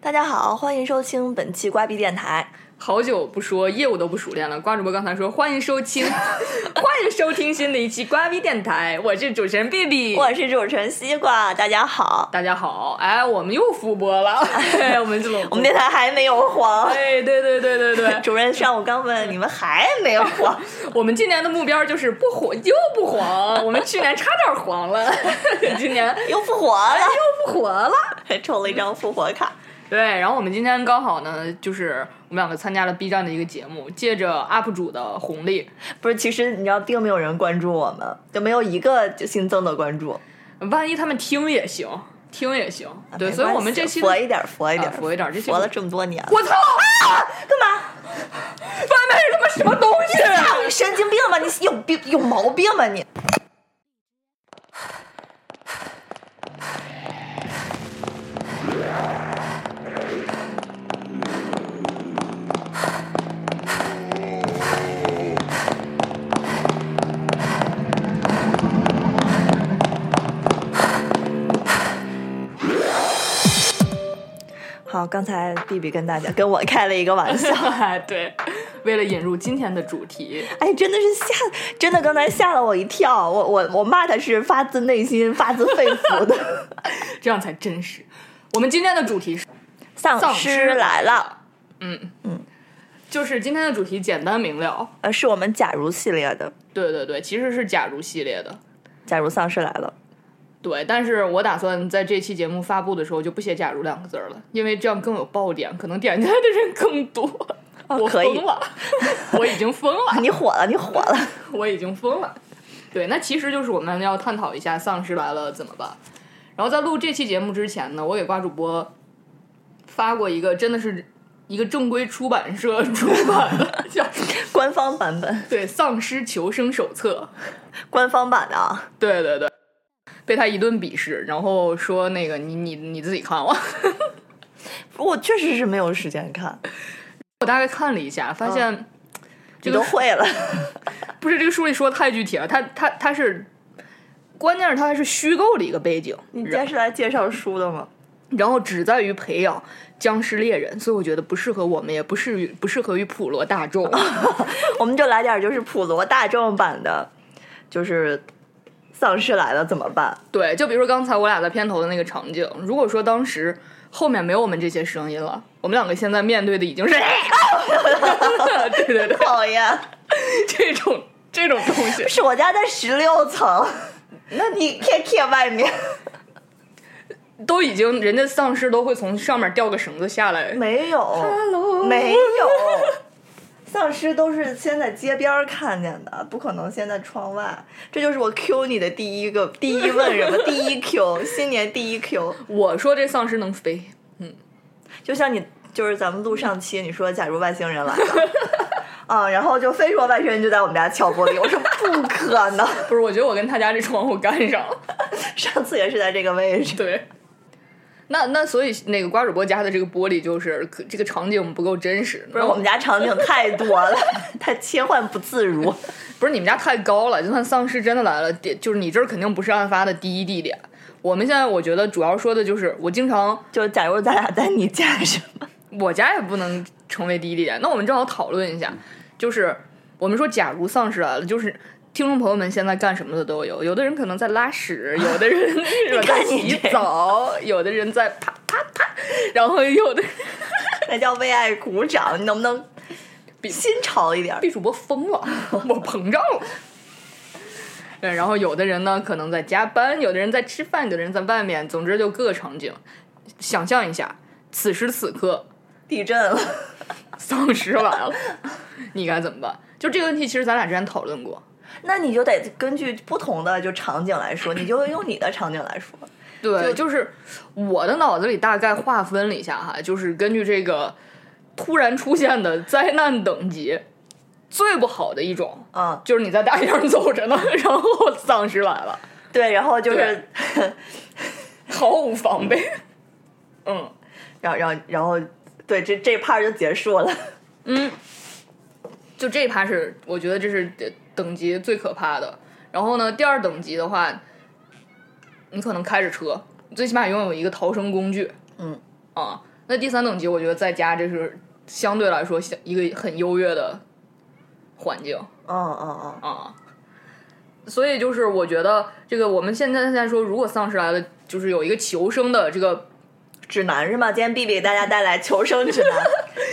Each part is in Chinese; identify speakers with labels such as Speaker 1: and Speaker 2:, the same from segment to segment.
Speaker 1: 大家好，欢迎收听本期瓜逼电台。
Speaker 2: 好久不说业务都不熟练了。瓜主播刚才说欢迎收听， 欢迎收听新的一期瓜逼电台，我是主持人 B B，
Speaker 1: 我是主持人西瓜，大家好。
Speaker 2: 大家好，哎，我们又复 播了，哎、我们这种
Speaker 1: 我们电台还没有黄。
Speaker 2: 哎，对对对对对，
Speaker 1: 主任上午刚问你们还没有黄，
Speaker 2: 我们今年的目标就是不火又不黄，我们去年差点黄 了，今年
Speaker 1: 又复活了，
Speaker 2: 又复活了，
Speaker 1: 还抽了一张复活卡。
Speaker 2: 对，然后我们今天刚好呢，就是我们两个参加了 B 站的一个节目，借着 UP 主的红利，
Speaker 1: 不是，其实你知道，并没有人关注我们，就没有一个就新增的关注。
Speaker 2: 万一他们听也行，听也行。
Speaker 1: 啊
Speaker 2: 对，
Speaker 1: 没
Speaker 2: 所以
Speaker 1: 关
Speaker 2: 我们
Speaker 1: 系
Speaker 2: 这期的
Speaker 1: 佛一点，佛一点，
Speaker 2: 啊佛一点这期
Speaker 1: 佛了这么多年了，
Speaker 2: 我操！啊
Speaker 1: 干嘛？
Speaker 2: 外卖是他妈什么东西？啊
Speaker 1: 你神经病吧？你有病有毛病吧你？好，刚才 B B 跟大家跟我开了一个玩笑，
Speaker 2: 对，为了引入今天的主题，
Speaker 1: 哎，真的是吓，真的刚才吓了我一跳。我我我骂他是发自内心、发自肺腑的。
Speaker 2: 这样才真实。我们今天的主题是，
Speaker 1: 丧尸来了，
Speaker 2: 嗯嗯，就是今天的主题简单明了。
Speaker 1: 呃，是我们假如系列的，
Speaker 2: 对对对，其实是假如系列的。
Speaker 1: 假如丧尸来了，
Speaker 2: 对，但是我打算在这期节目发布的时候就不写“假如”两个字儿了，因为这样更有爆点，可能点进来的人更多。我
Speaker 1: 可以
Speaker 2: 疯了，我已经疯了。
Speaker 1: 你火了，你火了。
Speaker 2: 我已经疯了。对，那其实就是我们要探讨一下《丧尸来了》怎么办。然后在录这期节目之前呢，我给瓜主播发过一个，真的是一个正规出版社 出版的，叫
Speaker 1: 官方版本，
Speaker 2: 对《丧尸求生手册
Speaker 1: 官方版的啊》。。
Speaker 2: 对对对，被他一顿鄙视，然后说那个你你你自己看我。
Speaker 1: 我确实是没有时间看，
Speaker 2: 我大概看了一下，发现、
Speaker 1: 嗯你
Speaker 2: 这个
Speaker 1: 都会了。
Speaker 2: 不是这个书里说的太具体了，他他他是，关键是他还是虚构了一个背景，
Speaker 1: 你今天是来介绍书的吗？
Speaker 2: 然后只在于培养僵尸猎人，所以我觉得不适合我们，也不适于不适合于普罗大众。
Speaker 1: 我们就来点就是普罗大众版的，就是丧尸来了怎么办？
Speaker 2: 对，就比如说刚才我俩在片头的那个场景，如果说当时后面没有我们这些声音了，我们两个现在面对的已经是，对对对，
Speaker 1: 讨厌。
Speaker 2: 这种 这种东西
Speaker 1: 不。是我家在十六层，那你贴贴外面
Speaker 2: 都已经人家丧尸都会从上面掉个绳子下来。
Speaker 1: 没有
Speaker 2: Hello
Speaker 1: 没有， 丧尸都是先在街边儿看见的，不可能先在窗外。这就是我 Q 你的第一个第一问 什么第一 Q，新年第一 Q，
Speaker 2: 我说这丧尸能飞，
Speaker 1: 就像你就是咱们录上期你说假如外星人来 了。啊、然后就非说外星人就在我们家敲玻璃，我说不可 能。
Speaker 2: 不是？我觉得我跟他家这窗户干上了。
Speaker 1: 上次也是在这个位置，
Speaker 2: 对，那那所以那个瓜主播家的这个玻璃就是可这个场景不够真实，
Speaker 1: 不是我们家场景太多 了，它切换不自如。
Speaker 2: 不是你们家太高了，就算丧尸真的来了，地就是你这儿肯定不是案发的第一地点。我们现在我觉得主要说的就是，我经常
Speaker 1: 就假如咱俩在你家是吗？
Speaker 2: 我家也不能成为第一地点。那我们正好讨论一下，就是我们说，假如丧尸来了，就是听众朋友们现在干什么的都有，有的人可能在拉屎，有的人有的在
Speaker 1: 看你
Speaker 2: 洗
Speaker 1: 这
Speaker 2: 澡，有的人在啪啪啪，然后有的人
Speaker 1: 那叫为爱鼓掌，你能不能
Speaker 2: 比
Speaker 1: 新潮一点儿？
Speaker 2: B 主播疯了， 我膨胀了。对，然后有的人呢，可能在加班，有的人在吃饭，有的人在外面，总之就各个场景。想象一下，此时此刻
Speaker 1: 地震了，
Speaker 2: 丧尸来了， 你该怎么办？就这个问题，其实咱俩之前讨论过。
Speaker 1: 那你就得根据不同的就场景来说，你就用你的场景来说。
Speaker 2: 对，就是我的脑子里大概划分了一下哈，就是根据这个突然出现的灾难等级，最不好的一种，
Speaker 1: 嗯，
Speaker 2: 就是你在大街上走着呢， 然后丧尸来了。
Speaker 1: 对，然后就是，
Speaker 2: 毫无防备。嗯，
Speaker 1: 然后然后然后，对，这这 part 就结束了。
Speaker 2: 就这一趴是，我觉得这是等级最可怕的。然后呢，第二等级的话，你可能开着车，最起码拥有一个逃生工具。
Speaker 1: 嗯，
Speaker 2: 啊，那第三等级，我觉得在家这是相对来说相一个很优越的环境
Speaker 1: 嗯嗯嗯，
Speaker 2: 啊。所以就是我觉得这个我们现在在说，如果丧尸来了，就是有一个求生的这个
Speaker 1: 指南是吗？今天 B B 给大家带来求生指 南，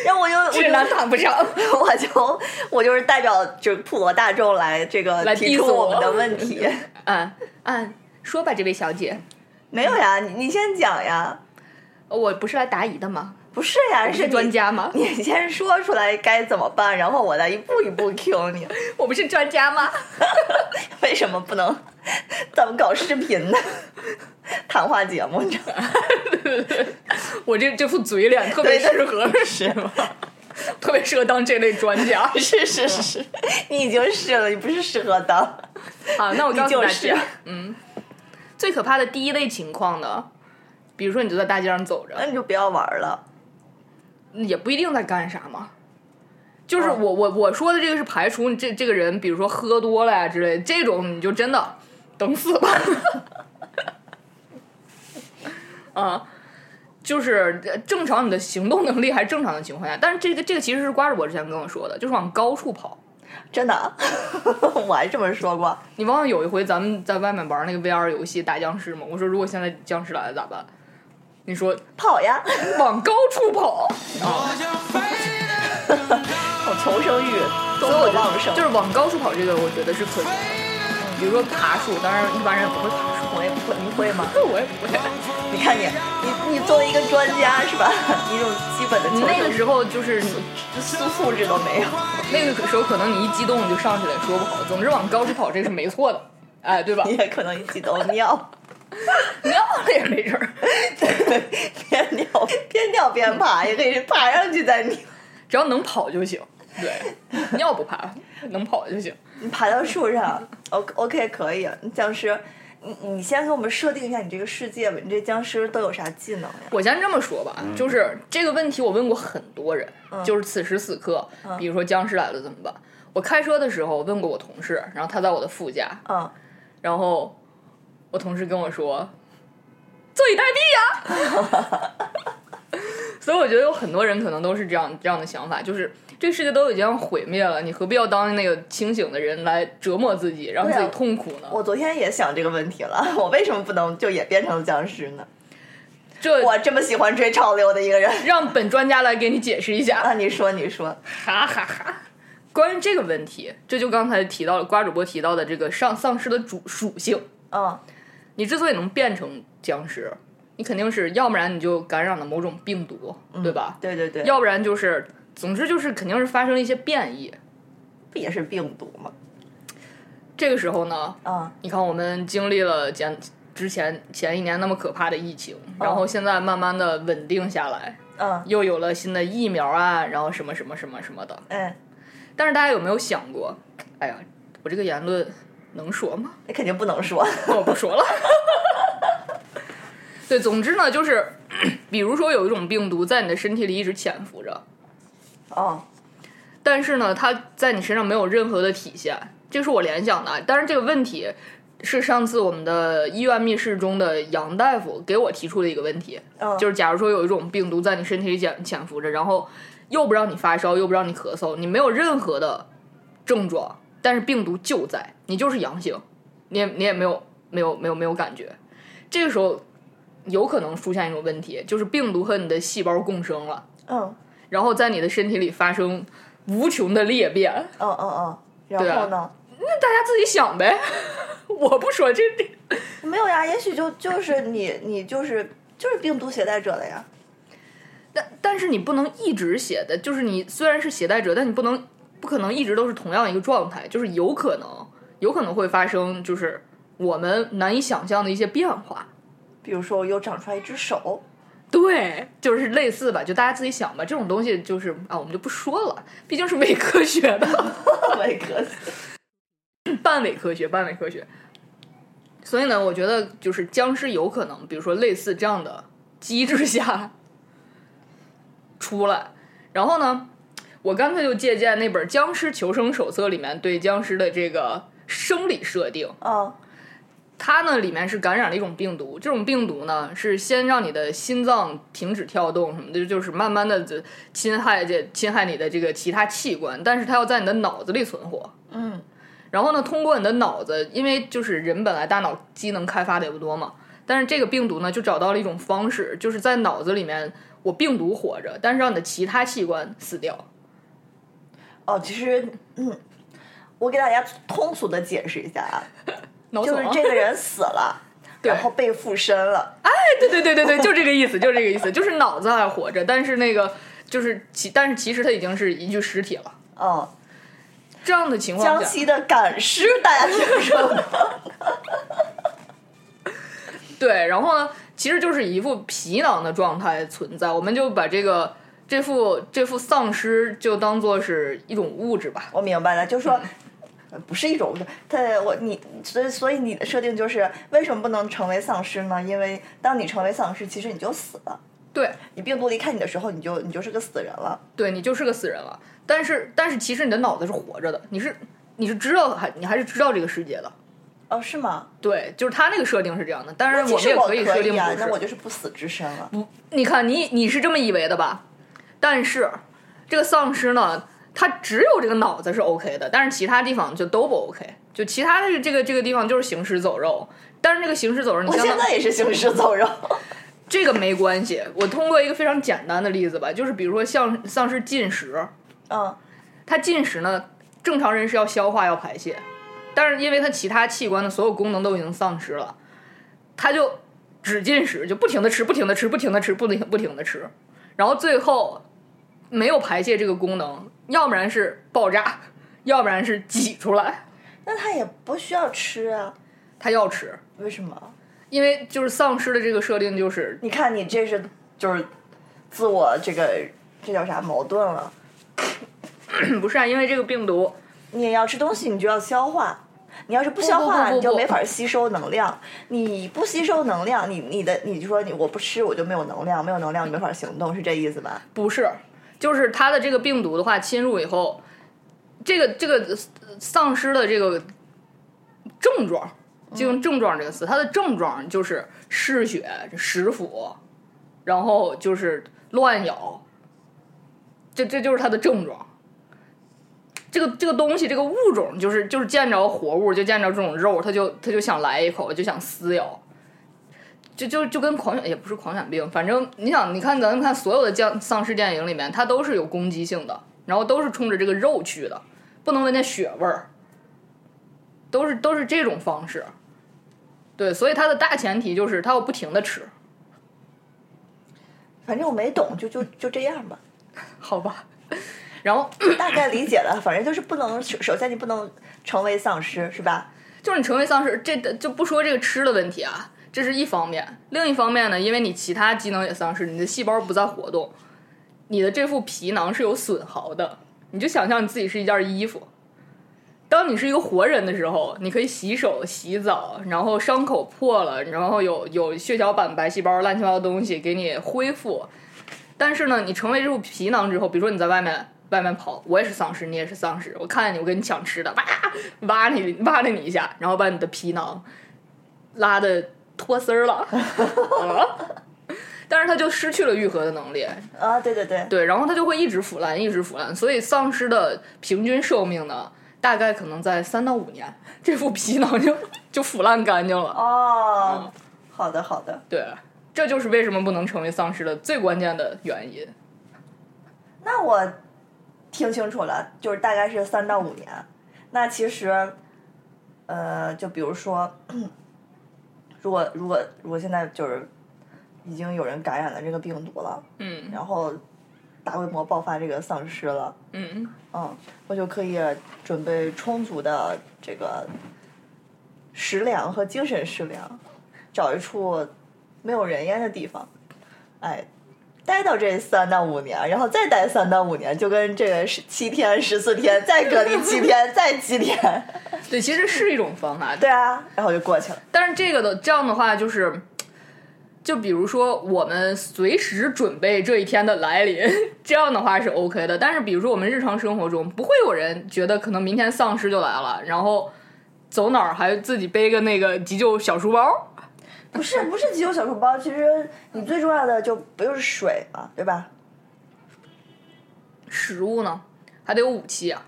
Speaker 1: 然后我就我就
Speaker 2: 谈不 上。
Speaker 1: 我就我就是代表就是普罗大众来这个
Speaker 2: 来
Speaker 1: 提
Speaker 2: diss
Speaker 1: 出我们
Speaker 2: 我
Speaker 1: 的问题。
Speaker 2: 按按哎说吧，这位小姐，
Speaker 1: 没有呀，你你先讲呀，
Speaker 2: 我不是来答疑的吗？
Speaker 1: 不是呀，
Speaker 2: 是
Speaker 1: 你
Speaker 2: 专。家吗？
Speaker 1: 你先说出来该怎么办，然后我再一步一步 Q 你。
Speaker 2: 我不是专家吗？
Speaker 1: 为什么不能？ 咱们搞视频呢？ 谈话节目，你 知道吗？
Speaker 2: 我这这副嘴脸特
Speaker 1: 对
Speaker 2: 别
Speaker 1: 对
Speaker 2: 适合， 是吗？特别适合当这类专 家
Speaker 1: 是是是是，你已经是了，你不是适合当。
Speaker 2: 啊！那我告诉
Speaker 1: 就
Speaker 2: 大
Speaker 1: 是
Speaker 2: 家，嗯，最可怕的第一类情况呢，比如说你就在大街上走着
Speaker 1: 那，你就不要玩了。
Speaker 2: 也不一定在干啥嘛。就是我我我说的这个是排除你这这个人，比如说喝多了呀之类的，这种你就真的等死吧。 啊，就是呃正常你的行动能力还是正常的情况下，但是这个这个其实是瓜主播之前跟我说的，就是往高处跑。
Speaker 1: 真的啊， 我还这么说过。
Speaker 2: 你忘了有一回咱们在外面玩那个 VR 游戏打僵尸吗？我说如果现在僵尸来了咋办？你说
Speaker 1: 跑呀，
Speaker 2: 往高处跑，
Speaker 3: 我想飞得更
Speaker 1: 我
Speaker 3: 高，
Speaker 1: 求生欲，
Speaker 2: 所
Speaker 1: 所
Speaker 2: 以我
Speaker 1: 有
Speaker 2: 觉
Speaker 1: 旺
Speaker 2: 得
Speaker 1: 盛。
Speaker 2: 就是往高处跑这个，我觉得是可以的。比如说爬树，当然一般人也不会爬树，
Speaker 1: 我也不会，你会吗？
Speaker 2: 我也不会。
Speaker 1: 你看你，你你作为一个专家是吧？ 你这种基本的求
Speaker 2: 你那
Speaker 1: 生
Speaker 2: 个
Speaker 1: 欲
Speaker 2: 时候就是
Speaker 1: 素素质都 没有。
Speaker 2: 那个时候，可能你一激动你就上去了，也说不好。总之往高处跑这个是没错的，哎，对吧？
Speaker 1: 你也可能一激动尿，
Speaker 2: 尿了也没事儿，
Speaker 1: 边尿边尿边爬，也可以爬上去再尿。
Speaker 2: 只要能跑就行。对，尿不爬，能跑就行。
Speaker 1: 你爬到树上，O OK 可以。僵尸，你你先给我们设定一下你这个世界吧，你这僵尸都有啥技能呀？
Speaker 2: 我先这么说吧，就是这个问题我问过很多人，
Speaker 1: 嗯
Speaker 2: 就是此时此刻，比如说僵尸来了怎么办？我开车的时候问过我同事，然后他在我的副驾，
Speaker 1: 嗯，
Speaker 2: 然后我同事跟我说：“坐以待毙呀！” 所以我觉得有很多人可能都是这样这样的想法，就是这个世界都已经毁灭了，你何必要当那个清醒的人来折磨自己，让自己
Speaker 1: 对啊
Speaker 2: 痛苦呢？
Speaker 1: 我昨天也想这个问题了， 我为什么不能就也变成僵尸呢？
Speaker 2: 这
Speaker 1: 我这么喜欢追潮流的一个人。
Speaker 2: 让本专家来给你解释一下。
Speaker 1: 啊，你说你说，
Speaker 2: 哈哈哈！ 关于这个问题，这就刚才提到了瓜主播提到的这个上丧尸的主属性。
Speaker 1: 嗯，
Speaker 2: 你之所以能变成僵尸，你肯定是要不然你就感染了某种病毒，对吧？
Speaker 1: 对对对，
Speaker 2: 要不然就是，总之就是肯定是发生了一些变异。
Speaker 1: 不也是病毒吗？
Speaker 2: 这个时候呢，
Speaker 1: 啊、
Speaker 2: 你看我们经历了前之前前一年那么可怕的疫情，然后现在慢慢的稳定下来，
Speaker 1: 嗯，
Speaker 2: 又有了新的疫苗啊，然后什么什么什么什么的。
Speaker 1: 哎，
Speaker 2: 但是大家有没有想过，哎呀，我这个言论能说吗？
Speaker 1: 那肯定不能说。
Speaker 2: 我不说了。 对，总之呢，就是 比如说有一种病毒在你的身体里一直潜伏着，
Speaker 1: 哦，
Speaker 2: 但是呢，它在你身上没有任何的体现，这是我联想的。但是这个问题是上次我们的医院密室中的杨大夫给我提出的一个问题，
Speaker 1: 嗯
Speaker 2: 就是假如说有一种病毒在你身体里潜潜伏着，然后又不让你发烧，又不让你咳嗽，你没有任何的症状，但是病毒就在，你就是阳性，你也你也没有没有没有没有感觉，这个时候有可能出现一种问题，就是病毒和你的细胞共生了。
Speaker 1: 嗯，
Speaker 2: 然后在你的身体里发生无穷的裂变。
Speaker 1: 嗯嗯嗯，
Speaker 2: 对
Speaker 1: 然
Speaker 2: 啊
Speaker 1: 后呢？
Speaker 2: 那大家自己想呗， 我不说这这。
Speaker 1: 没有呀，也许就就是你，你就是就是病毒携带者了呀。
Speaker 2: 但但是你不能一直写的，就是你虽然是携带者，但你不能不可能一直都是同样一个状态，就是有可能有可能会发生就是我们难以想象的一些变化。
Speaker 1: 比如说，我又长出来一只手，
Speaker 2: 对，就是类似吧，就大家自己想吧。这种东西就是啊，我们就不说了，毕竟是伪科学 的，
Speaker 1: 没科学。
Speaker 2: 半伪科学，半伪科学。所以呢，我觉得就是僵尸有可能，比如说类似这样的机制下出来。然后呢，我干脆就借鉴那本《僵尸求生手册》里面对僵尸的这个生理设定，
Speaker 1: 嗯
Speaker 2: 它呢里面是感染了一种病毒，这种病毒呢是先让你的心脏停止跳动什么的，就是慢慢的侵害这侵害你的这个其他器官，但是它要在你的脑子里存活。
Speaker 1: 嗯，
Speaker 2: 然后呢，通过你的脑子，因为就是人本来大脑机能开发的也不多嘛，但是这个病毒呢就找到了一种方式，就是在脑子里面我病毒活着，但是让你的其他器官死掉。
Speaker 1: 哦，其实，嗯，我给大家通俗的解释一下啊，
Speaker 2: 脑
Speaker 1: 就是这个人死 了，然后被附身了，
Speaker 2: 对对对对对，就这个意思，就这个意思，就是脑子还活着，但是那个就是其，但是其实它已经是一具尸体了。
Speaker 1: 嗯，
Speaker 2: 这样的情况
Speaker 1: 江
Speaker 2: 下，
Speaker 1: 西的赶尸大家听说过吗？
Speaker 2: 对，然后呢，其实就是一副皮囊的状态存在，我们就把这个这副这副丧尸就当做是一种物质吧。
Speaker 1: 我明白了，就说。呃不是一种，它我你所以所以你的设定就是为什么不能成为丧尸呢？因为当你成为丧尸，其实你就死了，
Speaker 2: 对，
Speaker 1: 你病毒离开你的时候，你就你就是个死人了。
Speaker 2: 对你就是个死人了。但是但是其实你的脑子是活着的，你是你是知道还你还是知道这个世界的。
Speaker 1: 哦，是吗？
Speaker 2: 对，就是他那个设定是这样的，当然
Speaker 1: 其
Speaker 2: 我们
Speaker 1: 实
Speaker 2: 也
Speaker 1: 我
Speaker 2: 可设定
Speaker 1: 啊
Speaker 2: 不，是
Speaker 1: 那。我就是不死之身了。
Speaker 2: 你看，你你是这么以为的吧？但是这个丧尸呢，他只有这个脑子是 OK 的，但是其他地方就都不 OK。就其他的这个这个地方就是行尸走肉，但是这个行尸走肉，你
Speaker 1: 我
Speaker 2: 相
Speaker 1: 现
Speaker 2: 当
Speaker 1: 在也是行尸走肉。
Speaker 2: 这个没关系。我通过一个非常简单的例子吧，就是比如说像丧尸进食，
Speaker 1: 嗯，
Speaker 2: 它进食呢，正常人是要消化要排泄，但是因为它其他器官的所有功能都已经丧失了，它就只进食，就不停的吃，不停的吃，不停的吃，不停不停的吃，然后最后没有排泄这个功能，要不然是爆炸， 要不然是挤出来，
Speaker 1: 那他也不需要吃啊？
Speaker 2: 它要吃，
Speaker 1: 为什么？
Speaker 2: 因为就是丧尸的这个设定就是
Speaker 1: 你看你这是就是自我这个这叫啥矛盾了？
Speaker 2: 不是啊，因为这个病毒
Speaker 1: 你要吃东西，你就要消化。你要是不消化，
Speaker 2: 不不不
Speaker 1: 你就
Speaker 2: 不
Speaker 1: 没法吸收能量。你不吸收能量，你你的你就说你我不吃，我就没有能量，没有能量你没法行动，是这意思吧？
Speaker 2: 不是，就是它的这个病毒的话侵入以后，这个这个呃丧尸的这个症状，就用“症状”这个词，它的症状就是嗜血、食腐，然后就是乱咬，这这就是它的症状。这个这个东西，这个物种，就是就是见着活物，就见着这种肉，它就它就想来一口，就想撕咬。就就就跟狂犬也不是狂犬病，反正你想，你看咱们看所有的僵丧尸电影里面，它都是有攻击性的，然后都是冲着这个肉去的，不能闻见血味儿，都是都是这种方式。对，所以它的大前提就是它要不停的吃，
Speaker 1: 反正我没懂，就就就这样吧，
Speaker 2: 好吧？ 然后
Speaker 1: 大概理解了。 反正就是不能，首先你不能成为丧尸，是吧？
Speaker 2: 就是你成为丧尸，这就不说这个吃的问题啊，这是一方面。另一方面呢，因为你其他机能也丧失，你的细胞不再活动，你的这副皮囊是有损耗的。你就想象你自己是一件衣服，当你是一个活人的时候，你可以洗手、洗澡，然后伤口破了，然后有有血小板、白细胞、乱七八糟的东西给你恢复。但是呢，你成为这副皮囊之后，比如说你在外面外面跑，我也是丧尸，你也是丧尸，我看见你，我跟你抢吃的，哇，挖你挖了你一下，然后把你的皮囊拉的脱丝儿了，嗯但是它就失去了愈合的能力，
Speaker 1: 啊，对对对，
Speaker 2: 对，然后它就会一直腐烂，一直腐烂，所以丧尸的平均寿命呢，大概可能在三到五年，这副皮囊就就腐烂干净了。
Speaker 1: 哦，
Speaker 2: 嗯
Speaker 1: 好的好的。
Speaker 2: 对，这就是为什么不能成为丧尸的最关键的原因。
Speaker 1: 那我听清楚了，就是大概是三到五年。那其实，呃，就比如说，如果如果如果现在就是已经有人感染了这个病毒了，
Speaker 2: 嗯
Speaker 1: 然后大规模爆发这个丧尸了，
Speaker 2: 嗯，
Speaker 1: 嗯，我就可以准备充足的这个食粮和精神食粮，找一处没有人烟的地方，哎，待到这三到五年，然后再待三到五年，就跟这个十七天、十四天，再隔离七天，再七天，
Speaker 2: 对，其实是一种方法，
Speaker 1: 对啊，然后就过去了。
Speaker 2: 但是这个的这样的话就是，就比如说我们随时准备这一天的来临， 这样的话是 OK 的。但是比如说我们日常生活中，不会有人觉得可能明天丧尸就来了，然后走哪儿还自己背个那个急救小书包。
Speaker 1: 不是不是急救小书包，其实你最重要的就不就是水嘛，对吧？
Speaker 2: 食物呢，还得有武器啊。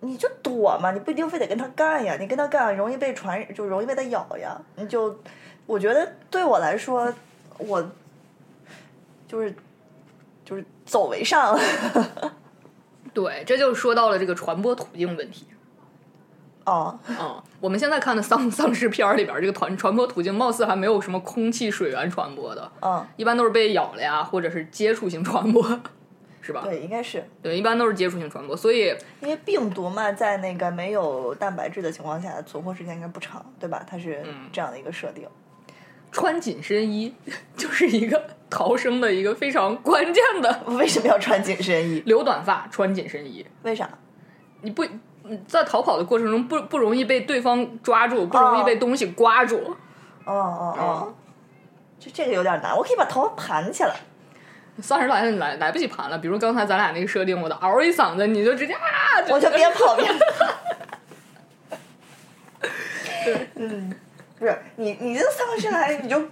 Speaker 1: 你就躲嘛，你不一定非得跟他干呀，你跟他干容易被传，就容易被他咬呀。你就，我觉得对我来说，我就是就是走为上，
Speaker 2: 对，这就说到了这个传播途径问题。
Speaker 1: 哦，
Speaker 2: 嗯，我们现在看的丧丧尸片儿里边儿，这个传传播途径貌似还没有什么空气、水源传播的，
Speaker 1: 嗯，
Speaker 2: 一般都是被咬了呀，或者是接触性传播， 是吧？
Speaker 1: 对，应该是
Speaker 2: 对，一般都是接触性传播，所以
Speaker 1: 因为病毒嘛，在那个没有蛋白质的情况下，存活时间应该不长，对吧？它是这样的一个设定。
Speaker 2: 穿紧身衣 就是一个逃生的一个非常关键的。
Speaker 1: 为什么要穿紧身衣？
Speaker 2: 留短发，穿紧身衣，
Speaker 1: 为啥？
Speaker 2: 你不嗯在逃跑的过程中不不容易被对方抓住，不容易
Speaker 1: 啊
Speaker 2: 被东西刮住。
Speaker 1: 哦哦哦
Speaker 2: 嗯，
Speaker 1: 就这个有点难，我可以把头发盘起来。
Speaker 2: 丧尸来了，你来来不及盘了。比如刚才咱俩那个设定，我的嗷一嗓子，你就直接啊，
Speaker 1: 我就边跑边。
Speaker 2: 对
Speaker 1: 嗯，不是你，你这丧尸来，你就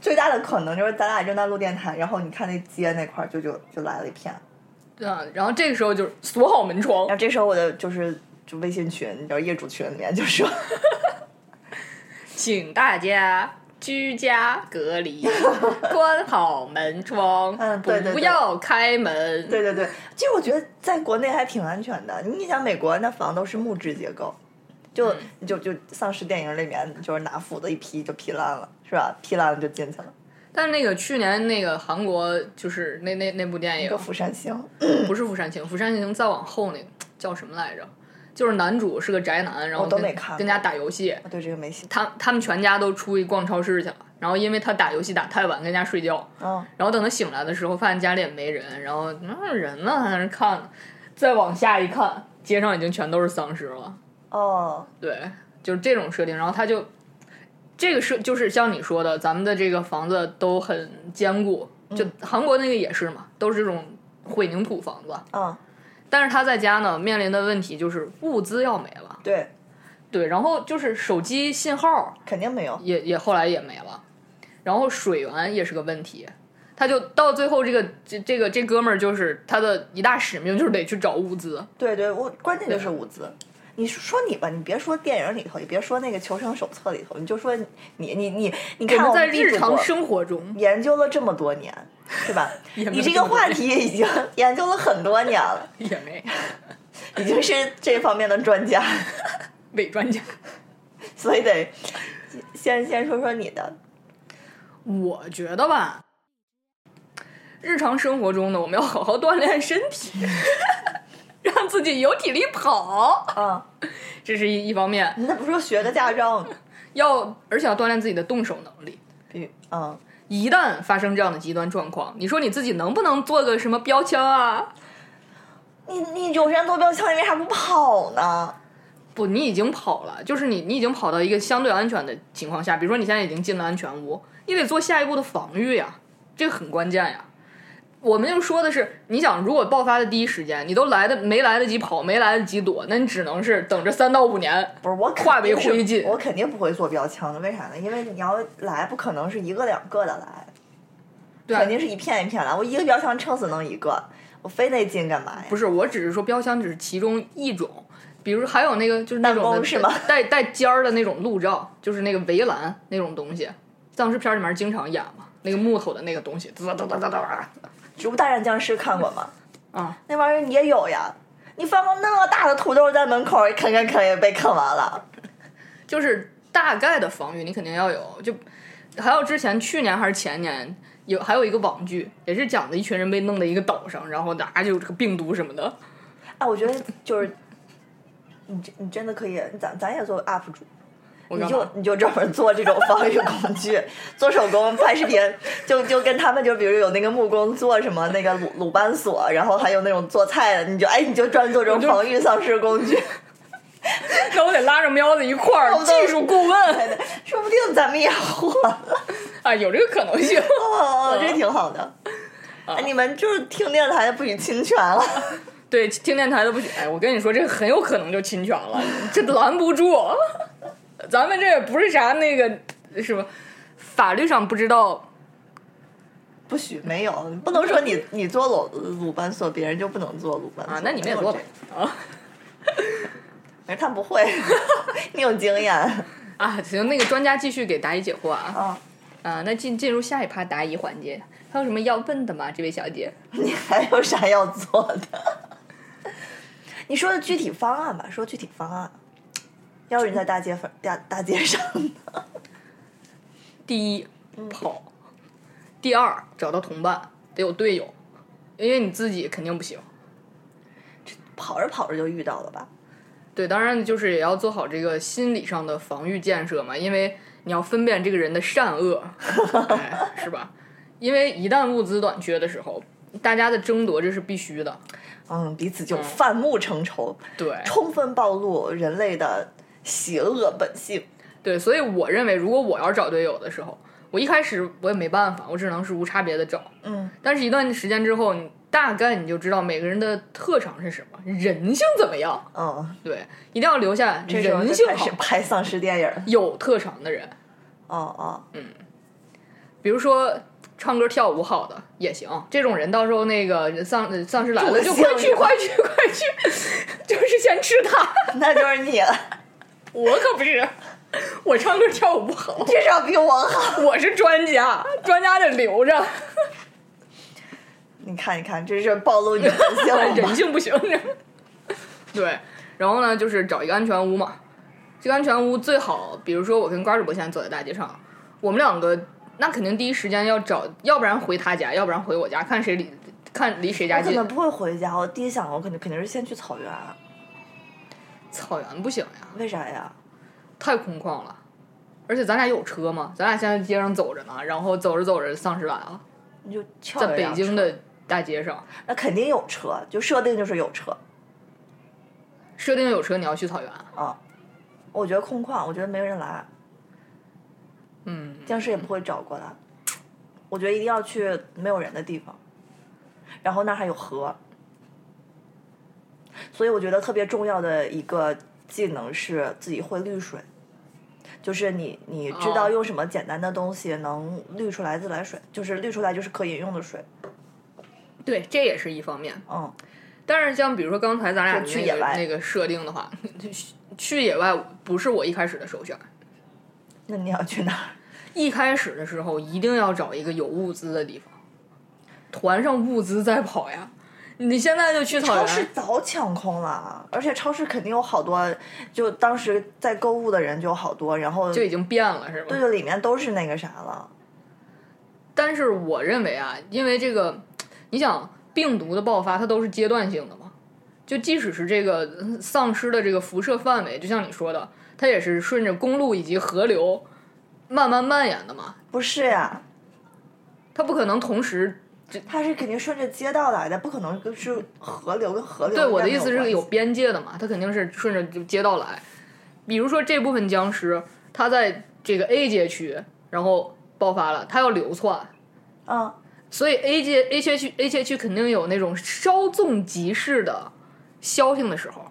Speaker 1: 最大的可能就是咱俩正在录电台，然后你看那街那块儿就就就来了一片，
Speaker 2: 嗯，然后这个时候就是锁好门窗
Speaker 1: 然后，这时候我的就是就微信群，你知道业主群里面就说，
Speaker 2: 请大家居家隔离， 关好门窗，
Speaker 1: 嗯对对对
Speaker 2: 不要开门。
Speaker 1: 对对对，其实我觉得在国内还挺安全的，你想美国那房都是木质结构。就就就丧尸电影里面，就是拿斧子一劈就劈烂了，是吧？劈烂了就进去了，
Speaker 2: 但是那个去年那个韩国就是那那那部电
Speaker 1: 一
Speaker 2: 影
Speaker 1: 个，釜山行。
Speaker 2: 不是《釜山行》，《釜山行》再往后那个叫什么来着？就是男主是个宅男，然后
Speaker 1: 我都
Speaker 2: 跟
Speaker 1: 没看过
Speaker 2: 跟家打游戏，
Speaker 1: 我对这个没信。
Speaker 2: 他他们全家都出去逛超市去了，然后因为他打游戏打太晚，跟家睡觉，
Speaker 1: 嗯，
Speaker 2: 然后等他醒来的时候，发现家里也没人，然后那、人呢还在那儿看呢，再往下一看，街上已经全都是丧尸了。
Speaker 1: 哦，
Speaker 2: 对，就是这种设定。然后他就这个设就是像你说的，咱们的这个房子都很坚固，
Speaker 1: 嗯
Speaker 2: 就韩国那个也是嘛，都是这种混凝土房子。
Speaker 1: 嗯，
Speaker 2: 但是他在家呢，面临的问题就是物资要没了，
Speaker 1: 对，
Speaker 2: 对，然后就是手机信号
Speaker 1: 肯定没有。
Speaker 2: 也也后来也没了，然后水源也是个问题。他就到最后、这个，这这个这哥们儿就是他的一大使命，就是得去找物资。
Speaker 1: 对对，我关键就是物资。你说你吧，你别说电影里头，也别说那个《求生手册》里头，你就说你你你你
Speaker 2: 我
Speaker 1: 看
Speaker 2: 们
Speaker 1: 我
Speaker 2: 在
Speaker 1: 们地
Speaker 2: 日
Speaker 1: 主
Speaker 2: 常
Speaker 1: 国
Speaker 2: 生活中，
Speaker 1: 研究了这么多年，是吧？
Speaker 2: 也没
Speaker 1: 你
Speaker 2: 有
Speaker 1: 这
Speaker 2: 这
Speaker 1: 个
Speaker 2: 么多
Speaker 1: 话题已 经研究了很多年了，
Speaker 2: 也没
Speaker 1: 已经是这方面的专家，
Speaker 2: 伪专家。
Speaker 1: 所以得先先说说你的。
Speaker 2: 我觉得吧，日常生活中呢，我们要好好锻炼身体， 让自己有体力跑，
Speaker 1: 嗯，
Speaker 2: 这是一一方面。
Speaker 1: 你那不是说学个驾照吗？
Speaker 2: 要而且要锻炼自己的动手能力。
Speaker 1: 比嗯，
Speaker 2: 一旦发生这样的极端状况，你说你自己能不能做个什么标枪啊？
Speaker 1: 你你有山多标枪，你为啥不跑呢？
Speaker 2: 不，你已经跑了，就是你你已经跑到一个相对安全的情况下，比如说你现在已经进了安全屋，你得做下一步的防御呀，这个很关键呀。我们就说的是，你想如果爆发的第一时间，你都来的没来得及跑，没来得及躲，那你只能是等着三到五年。
Speaker 1: 不是我肯
Speaker 2: 化为
Speaker 1: 定是
Speaker 2: 灰烬
Speaker 1: 我肯定不会做标枪的，为啥呢？因为你要来，不可能是一个两个的来，
Speaker 2: 对啊
Speaker 1: 肯定是一片一片来。我一个标枪撑死弄一个，我非得进干嘛呀？
Speaker 2: 不是，我只是说标枪只是其中一种，比如还有那个就是那种
Speaker 1: 弹弓
Speaker 2: 的
Speaker 1: 是吗
Speaker 2: 带带尖儿的那种路障，就是那个围栏那种东西，丧尸片里面经常演嘛，那个木头的那个东西，哒哒哒哒哒哒
Speaker 1: 植物大战僵尸看过吗？
Speaker 2: 啊，
Speaker 1: 那玩意儿也有呀。你放个那么大的土豆在门口，啃啃啃也被啃完了。
Speaker 2: 就是大概的防御你肯定要有，就还有之前去年还是前年有还有一个网剧，也是讲的一群人被弄在一个岛上，然后大家就有这个病毒什么的，
Speaker 1: 哎，我觉得就是，你这你真的可以，咱咱也做 UP 主，
Speaker 2: 我
Speaker 1: 你
Speaker 2: 干
Speaker 1: 就
Speaker 2: 嘛？
Speaker 1: 你就专门做这种防御工具，做手工拍视频，就就跟他们就比如有那个木工做什么那个鲁鲁班锁，然后还有那种做菜的，你就哎你就专门做这种
Speaker 2: 我就
Speaker 1: 防御丧尸工具。
Speaker 2: 那我得拉着喵子一块儿
Speaker 1: 我，都
Speaker 2: 技术顾问
Speaker 1: 哎说不定咱们也火了。
Speaker 2: 啊，有这个可能 性。
Speaker 1: 哦，
Speaker 2: 嗯
Speaker 1: 这挺好的。哎，你们就是听电台不许侵权了。
Speaker 2: 对，听电台的不许。哎，我跟你说，这很有可能就侵权了，这拦不住。咱们这也不是啥那个什么，法律上不知道
Speaker 1: 不许没有，不能说你你做鲁鲁班锁，别人就不能做鲁班锁
Speaker 2: 啊，那你们也
Speaker 1: 没有
Speaker 2: 做
Speaker 1: 这
Speaker 2: 吧
Speaker 1: 个
Speaker 2: 啊
Speaker 1: 没事他们不会， 你有经验
Speaker 2: 啊，行，那个专家继续给答疑解惑啊
Speaker 1: 啊，
Speaker 2: 啊，那进进入下一趴答疑环节，还有什么要问的吗，这位小姐？
Speaker 1: 你还有啥要做的？ 你说的具体方案吧，说具体方案。要是你在大街上大大街上呢？
Speaker 2: 第一，跑；第二，找到同伴，得有队友，因为你自己肯定不行。
Speaker 1: 跑着跑着就遇到了吧？
Speaker 2: 对，当然就是也要做好这个心理上的防御建设嘛，因为你要分辨这个人的善恶，哎、是吧？因为一旦物资短缺的时候，大家的争夺这是必须的。
Speaker 1: 嗯，彼此就反目成仇，
Speaker 2: 对
Speaker 1: 充分暴露人类的邪恶本性。
Speaker 2: 对，所以我认为，如果我要找队友的时候，我一开始我也没办法，我只能是无差别的找。
Speaker 1: 嗯，
Speaker 2: 但是，一段时间之后，你大概你就知道每个人的特长是什么，人性怎么样。
Speaker 1: 嗯，
Speaker 2: 对，一定要留下
Speaker 1: 这时候
Speaker 2: 人
Speaker 1: 就
Speaker 2: 性
Speaker 1: 开
Speaker 2: 好
Speaker 1: 始、拍丧尸电影了。
Speaker 2: 有特长的人，
Speaker 1: 哦哦，
Speaker 2: 比如说唱歌跳舞好的也行。这种人到时候那个丧丧尸来了，就
Speaker 1: 助兴
Speaker 2: 快去
Speaker 1: 是吧
Speaker 2: 快去快去，就是先吃他。
Speaker 1: 那就是你了，
Speaker 2: 我可不是，我唱歌跳舞不好，
Speaker 1: 至少比我好。
Speaker 2: 我是专家，专家得留着，
Speaker 1: 你看，你看，这是暴露你人性了
Speaker 2: 人
Speaker 1: 吧？
Speaker 2: 性不行。哦 对，然后呢，就是找一个安全屋嘛。这个安全屋最好，比如说我跟瓜主播现在走在大街上，我们两个那肯定第一时间要找，要不然回他家，要不然回我家，看谁离看离谁家
Speaker 1: 我可
Speaker 2: 近
Speaker 1: 能。不会回家，我第一想我肯定肯定是先去草原，啊
Speaker 2: 草原不行呀，
Speaker 1: 为啥呀？
Speaker 2: 太空旷了，而且咱俩有车嘛，咱俩现在街上走着呢，然后走着走着丧尸来了，
Speaker 1: 你就撬着
Speaker 2: 在北
Speaker 1: 辆
Speaker 2: 京
Speaker 1: 车，
Speaker 2: 的大街上，
Speaker 1: 那肯定有车，就设定就是有车
Speaker 2: 设定有车你要去草原，
Speaker 1: 啊。我觉得空旷，我觉得没人来，
Speaker 2: 嗯，
Speaker 1: 僵尸也不会找过来。我觉得一定要去没有人的地方，然后那儿还有河，所以我觉得特别重要的一个技能是自己会滤水，就是你你知道
Speaker 2: 哦
Speaker 1: 用什么简单的东西能滤出来自来水，就是滤出来就是可饮用的水。
Speaker 2: 对，这也是一方面。
Speaker 1: 嗯，
Speaker 2: 但是像比如说刚才咱俩
Speaker 1: 就去
Speaker 2: 那
Speaker 1: 野
Speaker 2: 个
Speaker 1: 外
Speaker 2: 那个设定的话，去去野外不是我一开始的首选，
Speaker 1: 那你要去哪儿？
Speaker 2: 一开始的时候一定要找一个有物资的地方，团上物资再跑呀。你现在就去草
Speaker 1: 超
Speaker 2: 原，
Speaker 1: 市早抢空了，而且超市肯定有好多，就当时在购物的人就有好多，然后
Speaker 2: 就已
Speaker 1: 对
Speaker 2: 经变了是吧？
Speaker 1: 对，里面都是那个啥了。
Speaker 2: 但是我认为啊，因为这个，你想病毒的爆发，它都是阶段性的嘛。就即使是这个嗯丧尸的这个辐射范围，就像你说的，它也是顺着公路以及河流慢慢蔓延的嘛。
Speaker 1: 不是呀、
Speaker 2: 它不可能同时。
Speaker 1: 它是肯定顺着街道来的，不可能是河流跟河流。
Speaker 2: 对，我的意思
Speaker 1: 应该
Speaker 2: 是
Speaker 1: 没
Speaker 2: 有
Speaker 1: 关系
Speaker 2: 边界的嘛，它肯定是顺着就街道来。比如说这部分僵尸，它在这个 A 街区，然后爆发了，它要流窜，
Speaker 1: 嗯，
Speaker 2: 所以 A 街 A 街区 A 街区肯定有那种稍纵即逝的消停的时候，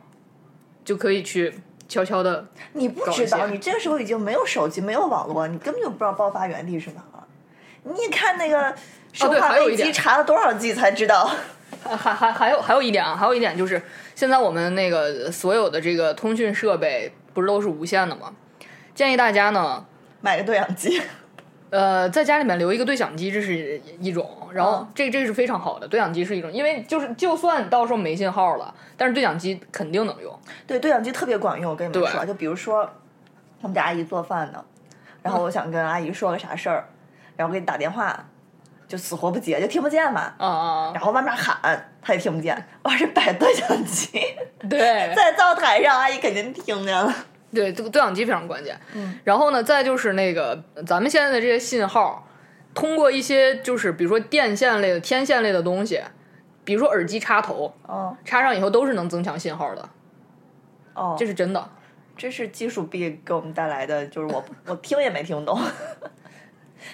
Speaker 2: 就可以去悄悄的。
Speaker 1: 你不
Speaker 2: 搞一
Speaker 1: 知道，
Speaker 2: 些
Speaker 1: 你这个时候已经没有手机，没有网络，你根本就不知道爆发源地是哪了。你一看那个《生
Speaker 2: 哦对
Speaker 1: 化
Speaker 2: 还有
Speaker 1: 危
Speaker 2: 一
Speaker 1: 机
Speaker 2: 点》，
Speaker 1: 查了多少季才知道？
Speaker 2: 还还还还有还有一点啊，还有一点就是，现在我们那个所有的这个通讯设备不是都是无线的吗？建议大家呢，
Speaker 1: 买个对讲机，
Speaker 2: 呃，在家里面留一个对讲机，这是一种，然后
Speaker 1: 嗯
Speaker 2: 这这是非常好的，对讲机是一种，因为就是就算到时候没信号了，但是对讲机肯定能用。
Speaker 1: 对，对讲机特别管用。我跟你们
Speaker 2: 对
Speaker 1: 说，就比如说我们家阿姨做饭呢，然后我想跟阿姨说个啥事儿，然后给你打电话，就死活不接，就听不见嘛。
Speaker 2: 啊啊
Speaker 1: 然后外面喊，她也听不见。我要是摆对讲机，
Speaker 2: 啊，对，
Speaker 1: 在灶台上，阿姨肯定听见 了。
Speaker 2: 对，这个对讲机非常关键。嗯，然后呢，再就是那个咱们现在的这些信号，通过一些就是比如说电线类的、天线类的东西，比如说耳机插头，
Speaker 1: 哦
Speaker 2: 插上以后都是能增强信号的，
Speaker 1: 哦，
Speaker 2: 这是真的。
Speaker 1: 这是技术币给我们带来的，就是我我听也没听懂。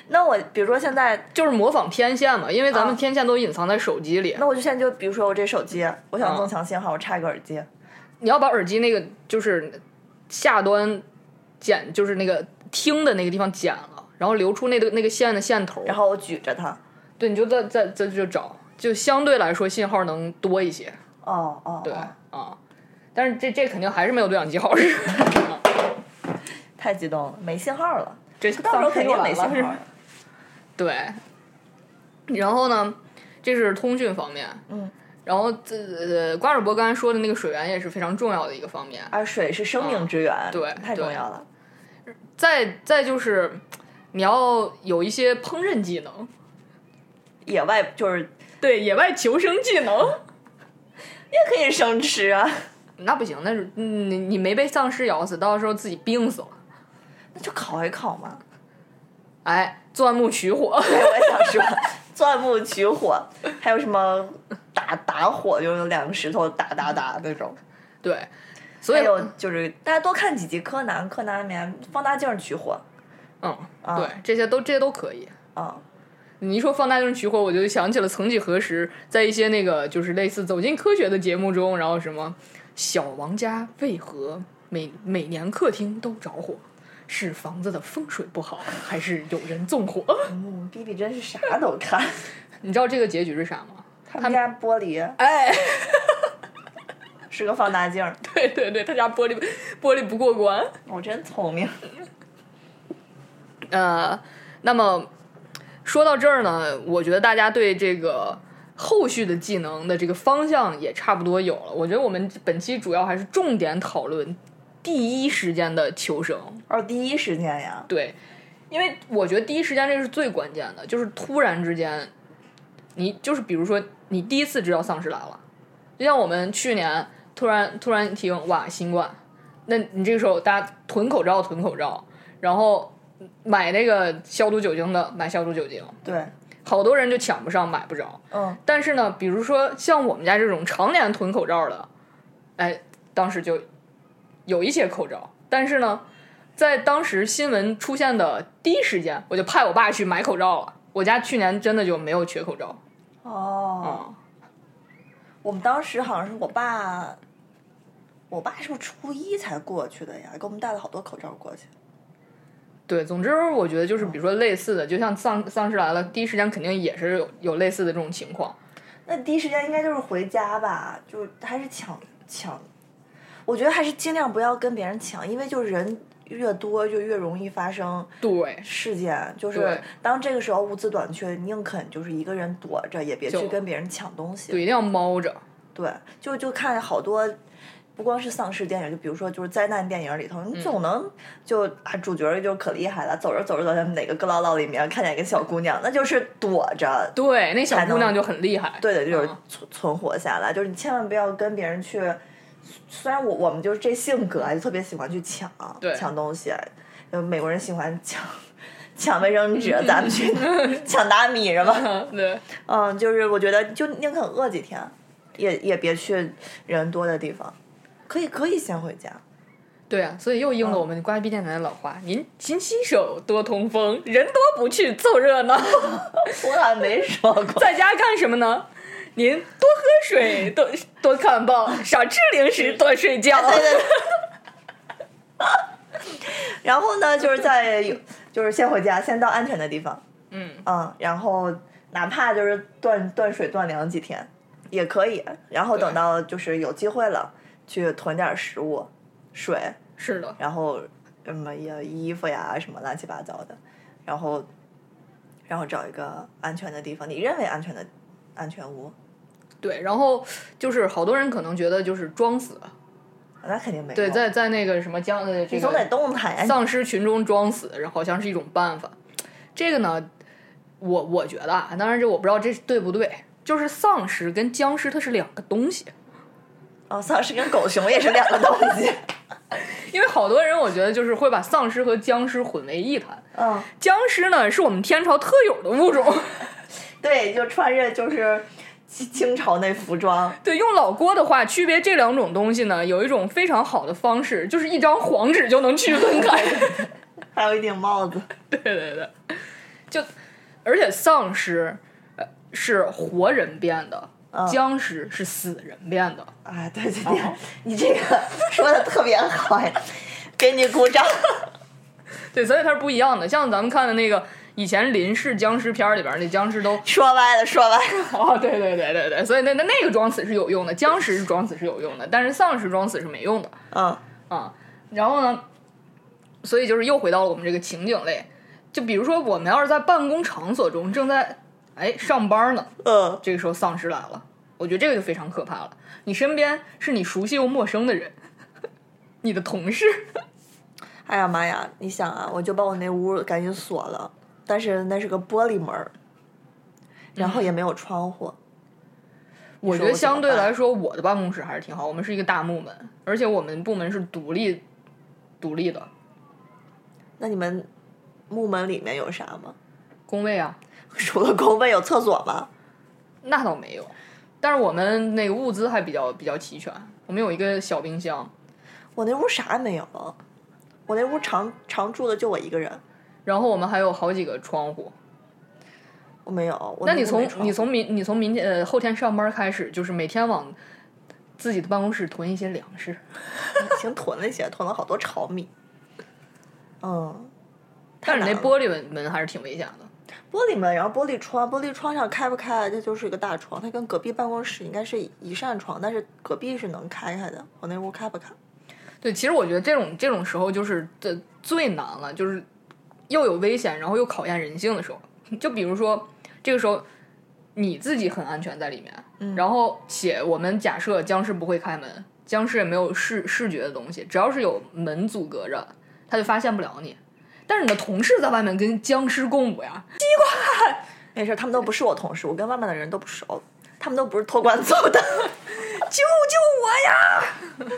Speaker 1: 那我比如说现在，
Speaker 2: 就是模仿天线嘛，因为咱们
Speaker 1: 啊
Speaker 2: 天线都隐藏在手机里，
Speaker 1: 那我就现在就比如说我这手机，我想
Speaker 2: 嗯
Speaker 1: 增强信号，我插一个耳机。
Speaker 2: 你要把耳机那个就是下端剪，就是那个听的那个地方剪了，然后留出那个那个线的线头，
Speaker 1: 然后我举着它。
Speaker 2: 对，你就在在在这找，就相对来说信号能多一些，
Speaker 1: 哦哦，
Speaker 2: 对
Speaker 1: 哦
Speaker 2: 啊、但是这这肯定还是没有对讲机好使，
Speaker 1: 太激动了，没信号了，
Speaker 2: 这
Speaker 1: 到时候
Speaker 2: 丧尸
Speaker 1: 肯
Speaker 2: 就
Speaker 1: 定
Speaker 2: 完
Speaker 1: 没信
Speaker 2: 了
Speaker 1: 号啊了。
Speaker 2: 对，然后呢，这是通讯方面，
Speaker 1: 嗯，
Speaker 2: 然后这呃，瓜主播刚才说的那个水源也是非常重要的一个方面，
Speaker 1: 而哎水是生命之源，
Speaker 2: 啊对
Speaker 1: 太重要了。
Speaker 2: 再再就是你要有一些烹饪技能，
Speaker 1: 野外就是
Speaker 2: 对，野外求生技能。
Speaker 1: 也可以生吃啊，
Speaker 2: 那不行，那是嗯你你没被丧尸咬死，到时候自己病死了。
Speaker 1: 那就烤一烤嘛。
Speaker 2: 哎，钻木取火，
Speaker 1: 哎，我也想说， 钻木取火，还有什么打打火，就是两个石头打打打那种。
Speaker 2: 嗯对，所
Speaker 1: 还
Speaker 2: 以
Speaker 1: 有就是大家多看几集柯南，柯南里面放大镜取火
Speaker 2: 嗯，
Speaker 1: 啊
Speaker 2: 对，这些都这些都可以。
Speaker 1: 啊，
Speaker 2: 你一说放大镜取火，我就想起了曾几何时，在一些那个就是类似《走进科学》的节目中，然后什么小王家为何每每年客厅都着火？是房子的风水不好，还是有人纵火？
Speaker 1: 嗯，比比真是啥都看，
Speaker 2: 你知道这个结局是啥吗？
Speaker 1: 他们家玻璃
Speaker 2: 哎，
Speaker 1: 是个放大镜，
Speaker 2: 对对对，他家玻璃玻璃不过关。
Speaker 1: 我真聪明。
Speaker 2: 呃，那么说到这儿呢，我觉得大家对这个后续的技能的这个方向也差不多有了。我觉得我们本期主要还是重点讨论第一时间的求生，
Speaker 1: 哦，第一时间呀，
Speaker 2: 对，因为我觉得第一时间这是最关键的，就是突然之间，你就是比如说你第一次知道丧尸来了，就像我们去年突然突然听哇新冠，那你这个时候大家囤口罩囤口罩，然后买那个消毒酒精的买消毒酒精，
Speaker 1: 对，
Speaker 2: 好多人就抢不上买不着。
Speaker 1: 嗯，
Speaker 2: 但是呢，比如说像我们家这种常年囤口罩的，哎，当时就有一些口罩，但是呢，在当时新闻出现的第一时间，我就派我爸去买口罩了。我家去年真的就没有缺口罩，
Speaker 1: 哦，
Speaker 2: 嗯，
Speaker 1: 我们当时好像是我爸，我爸是不是初一才过去的呀？给我们带了好多口罩过去。
Speaker 2: 对，总之我觉得就是，比如说类似的，就像丧丧尸来了，第一时间肯定也是有有类似的这种情况。
Speaker 1: 那第一时间应该就是回家吧，就是还是抢抢。我觉得还是尽量不要跟别人抢，因为就是人越多就越容易发生
Speaker 2: 对，
Speaker 1: 事件。就是
Speaker 2: 对
Speaker 1: 当这个时候物资短缺，宁肯就是一个人躲着，也别
Speaker 2: 就
Speaker 1: 去跟别人抢东西。
Speaker 2: 对，一定要猫着。
Speaker 1: 对，就就看好多，不光是丧尸电影，就比如说就是灾难电影里头，
Speaker 2: 嗯
Speaker 1: 你总能就啊主角就可厉害了，走着走着走着哪个珂唠唠里面看见一个小姑娘，那就是躲着，
Speaker 2: 对，那小
Speaker 1: 才能
Speaker 2: 姑娘就很厉害。
Speaker 1: 对的，就是
Speaker 2: 嗯
Speaker 1: 存存活下来，就是你千万不要跟别人去。虽然我我们就是这性格啊，就特别喜欢去抢
Speaker 2: 对
Speaker 1: 抢东西，呃，美国人喜欢抢抢卫生纸，咱们去 抢大米是吧？
Speaker 2: 嗯对，
Speaker 1: 嗯，就是我觉得就宁肯饿几天，也也别去人多的地方，可以可以先回家。
Speaker 2: 对啊，所以又应
Speaker 1: 嗯
Speaker 2: 了我们瓜逼电台的老话：“您勤洗手，多通风，人多不去凑热闹，
Speaker 1: 我咋没说过？
Speaker 2: 在家干什么呢？您多喝水，多多看报，少吃零食，多 睡觉。
Speaker 1: 对对对。 然后呢，就是在就是先回家，先到安全的地方，
Speaker 2: 嗯，
Speaker 1: 嗯，然后哪怕就是断断水断粮几天也可以，然后等
Speaker 2: 对
Speaker 1: 到就是有机会了，去囤点食物、水，
Speaker 2: 是的，
Speaker 1: 然后什么也衣服呀什么乱七八糟的，然后然后找一个安全的地方，你认为安全的安全屋，
Speaker 2: 对。然后就是好多人可能觉得就是装死，
Speaker 1: 那肯定没有。
Speaker 2: 对，在在那个什么江呃
Speaker 1: 嗯
Speaker 2: 这
Speaker 1: 你总得
Speaker 2: 个
Speaker 1: 动弹呀。
Speaker 2: 丧尸群中装死，然后好像是一种办法。这个呢，我我觉得啊，当然这我不知道这对不对，就是丧尸跟僵尸它是两个东西。
Speaker 1: 啊，丧尸跟狗熊也是两个东 西。
Speaker 2: 因为好多人我觉得就是会把丧尸和僵尸混为一谈。
Speaker 1: 嗯，
Speaker 2: 僵尸呢是我们天朝特有的物种，
Speaker 1: 对，就穿着就是清清朝那服装，
Speaker 2: 对，用老郭的话，区别这两种东西呢，有一种非常好的方式，就是一张黄纸就能区分开。
Speaker 1: 还有一顶帽子。
Speaker 2: 对对对，就 而且丧尸呃是活人变的，
Speaker 1: 嗯
Speaker 2: 僵尸是死人变的。
Speaker 1: 哎 啊，
Speaker 2: 哦
Speaker 1: 对对对，你这个说的特别好呀，给你鼓掌。
Speaker 2: 对，所以它是不一样的。像咱们看的那个以前林氏僵尸片儿里边儿，那僵尸都
Speaker 1: 说歪了，说歪了。
Speaker 2: 哦，对对对对对，所以那那那个装死是有用的，僵尸装死是有用的，但是丧尸装死是没用的
Speaker 1: 嗯，
Speaker 2: 啊。然后呢，所以就是又回到了我们这个情景类，就比如说我们要是在办公场所中正在哎上班呢，
Speaker 1: 嗯，
Speaker 2: 这个时候丧尸来了，我觉得这个就非常可怕了。你身边是你熟悉又陌生的人， 你的同事，
Speaker 1: 哎呀妈呀！你想啊，我就把我那屋赶紧锁了，但是那是个玻璃门儿，然后
Speaker 2: 嗯
Speaker 1: 也没有窗户。
Speaker 2: 我觉
Speaker 1: 我
Speaker 2: 得
Speaker 1: 怎
Speaker 2: 相
Speaker 1: 么
Speaker 2: 对
Speaker 1: 办
Speaker 2: 来说，我的办公室还是挺好。我们是一个大木门，而且我们部门是独立独立的
Speaker 1: 那你们木门里面有啥吗？
Speaker 2: 工位啊，
Speaker 1: 除了工位有厕所吗？
Speaker 2: 那倒没有。但是我们那个物资还比较比较齐全，我们有一个小冰箱，
Speaker 1: 我那屋啥也没有，我那屋常常住的就我一个人，
Speaker 2: 然后我们还有好几个窗户。
Speaker 1: 我没有。我
Speaker 2: 那你
Speaker 1: 屋
Speaker 2: 从
Speaker 1: 没窗
Speaker 2: 你从明你从明天呃后天上班开始，就是每天往自己的办公室囤一些粮食。
Speaker 1: 行囤了一些，囤了好多炒米。嗯，
Speaker 2: 但
Speaker 1: 太
Speaker 2: 是那
Speaker 1: 难了
Speaker 2: 玻璃门门还是挺危险的。
Speaker 1: 玻璃门，然后玻璃窗，玻璃窗上开不开，这就是一个大窗，它跟隔壁办公室应该是一扇窗，但是隔壁是能开开的，我那屋开不开？
Speaker 2: 对，其实我觉得这种这种时候就是这最难了，就是又有危险，然后又考验人性的时候。就比如说这个时候你自己很安全在里面，然后且我们假设僵尸不会开门，僵尸也没有视视觉的东西，只要是有门阻隔着，他就发现不了你。但是你的同事在外面跟僵尸共舞呀，
Speaker 1: 没事，他们都不是我同事，我跟外面的人都不熟，他们都不是托管走的，
Speaker 2: 救救我呀！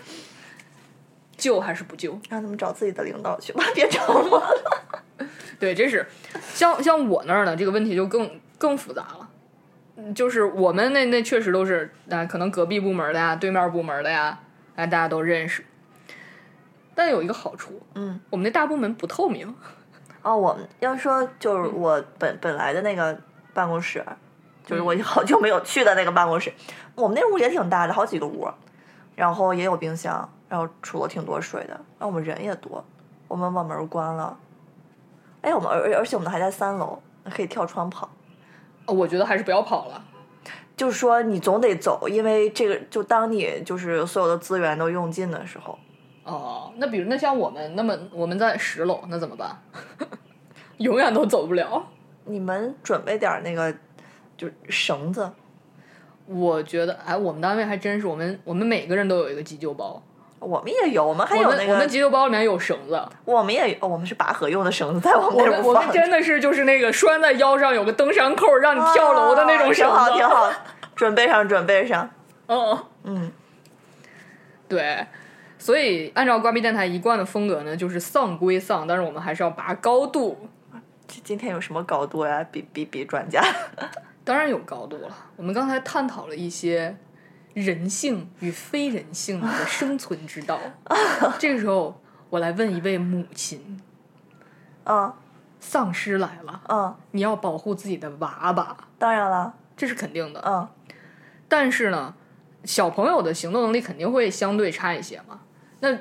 Speaker 2: 救还是不救？
Speaker 1: 让他们找自己的领导去吧，别找我了。
Speaker 2: 对，这是像像我那儿呢，这个问题就更更复杂了。嗯就是我们那那确实都是，啊、可能隔壁部门的呀，对面部门的呀，哎、大家都认识。但有一个好处，
Speaker 1: 嗯，
Speaker 2: 我们那大部门不透明，
Speaker 1: 哦，我们要说就是我本、本来的那个办公室，就是我好久没有去的那个办公室，我们那屋也挺大的，好几个屋，然后也有冰箱，然后储了挺多水的，然后我们人也多，我们把门关了，哎，我们而而且我们还在三楼，可以跳窗跑。
Speaker 2: 呃我觉得还是不要跑了。
Speaker 1: 就是说，你总得走，因为这个就当你就是所有的资源都用尽的时候，
Speaker 2: 哦，那比如那像我们，那么我们在十楼，那怎么办？ 永远都走不了。
Speaker 1: 你们准备点儿那个就是绳子，
Speaker 2: 我觉得，哎，我们单位还真是，我们我们每个人都有一个急救包，
Speaker 1: 我们也有，我们还
Speaker 2: 我
Speaker 1: 有
Speaker 2: 们、
Speaker 1: 那
Speaker 2: 我
Speaker 1: 个
Speaker 2: 们急救包里面有绳子，
Speaker 1: 我们也有，哦我们是拔河用的绳子，在我
Speaker 2: 我
Speaker 1: 们那
Speaker 2: 们
Speaker 1: 儿
Speaker 2: 我
Speaker 1: 放
Speaker 2: 们
Speaker 1: 着。
Speaker 2: 真的是就是那个拴在腰上有个登山扣让你跳楼的那种绳
Speaker 1: 啊
Speaker 2: 子，
Speaker 1: 挺好，挺好。准备上，准备上。
Speaker 2: 嗯，
Speaker 1: 嗯，
Speaker 2: 对，所以按照瓜逼电台一贯的风格呢，就是丧归丧，但是我们还是要拔高度，
Speaker 1: 这今天有什么高度呀？比比比专家。
Speaker 2: 当然有高度了。我们刚才探讨了一些人性与非人性的生存之 道，这个时候我来问一位母亲，
Speaker 1: 嗯
Speaker 2: 丧尸来了，
Speaker 1: 嗯，
Speaker 2: 你要保护自己的娃娃，
Speaker 1: 当然了，
Speaker 2: 这是肯定的。
Speaker 1: 嗯，
Speaker 2: 但是呢，小朋友的行动能力肯定会相对差一些嘛。那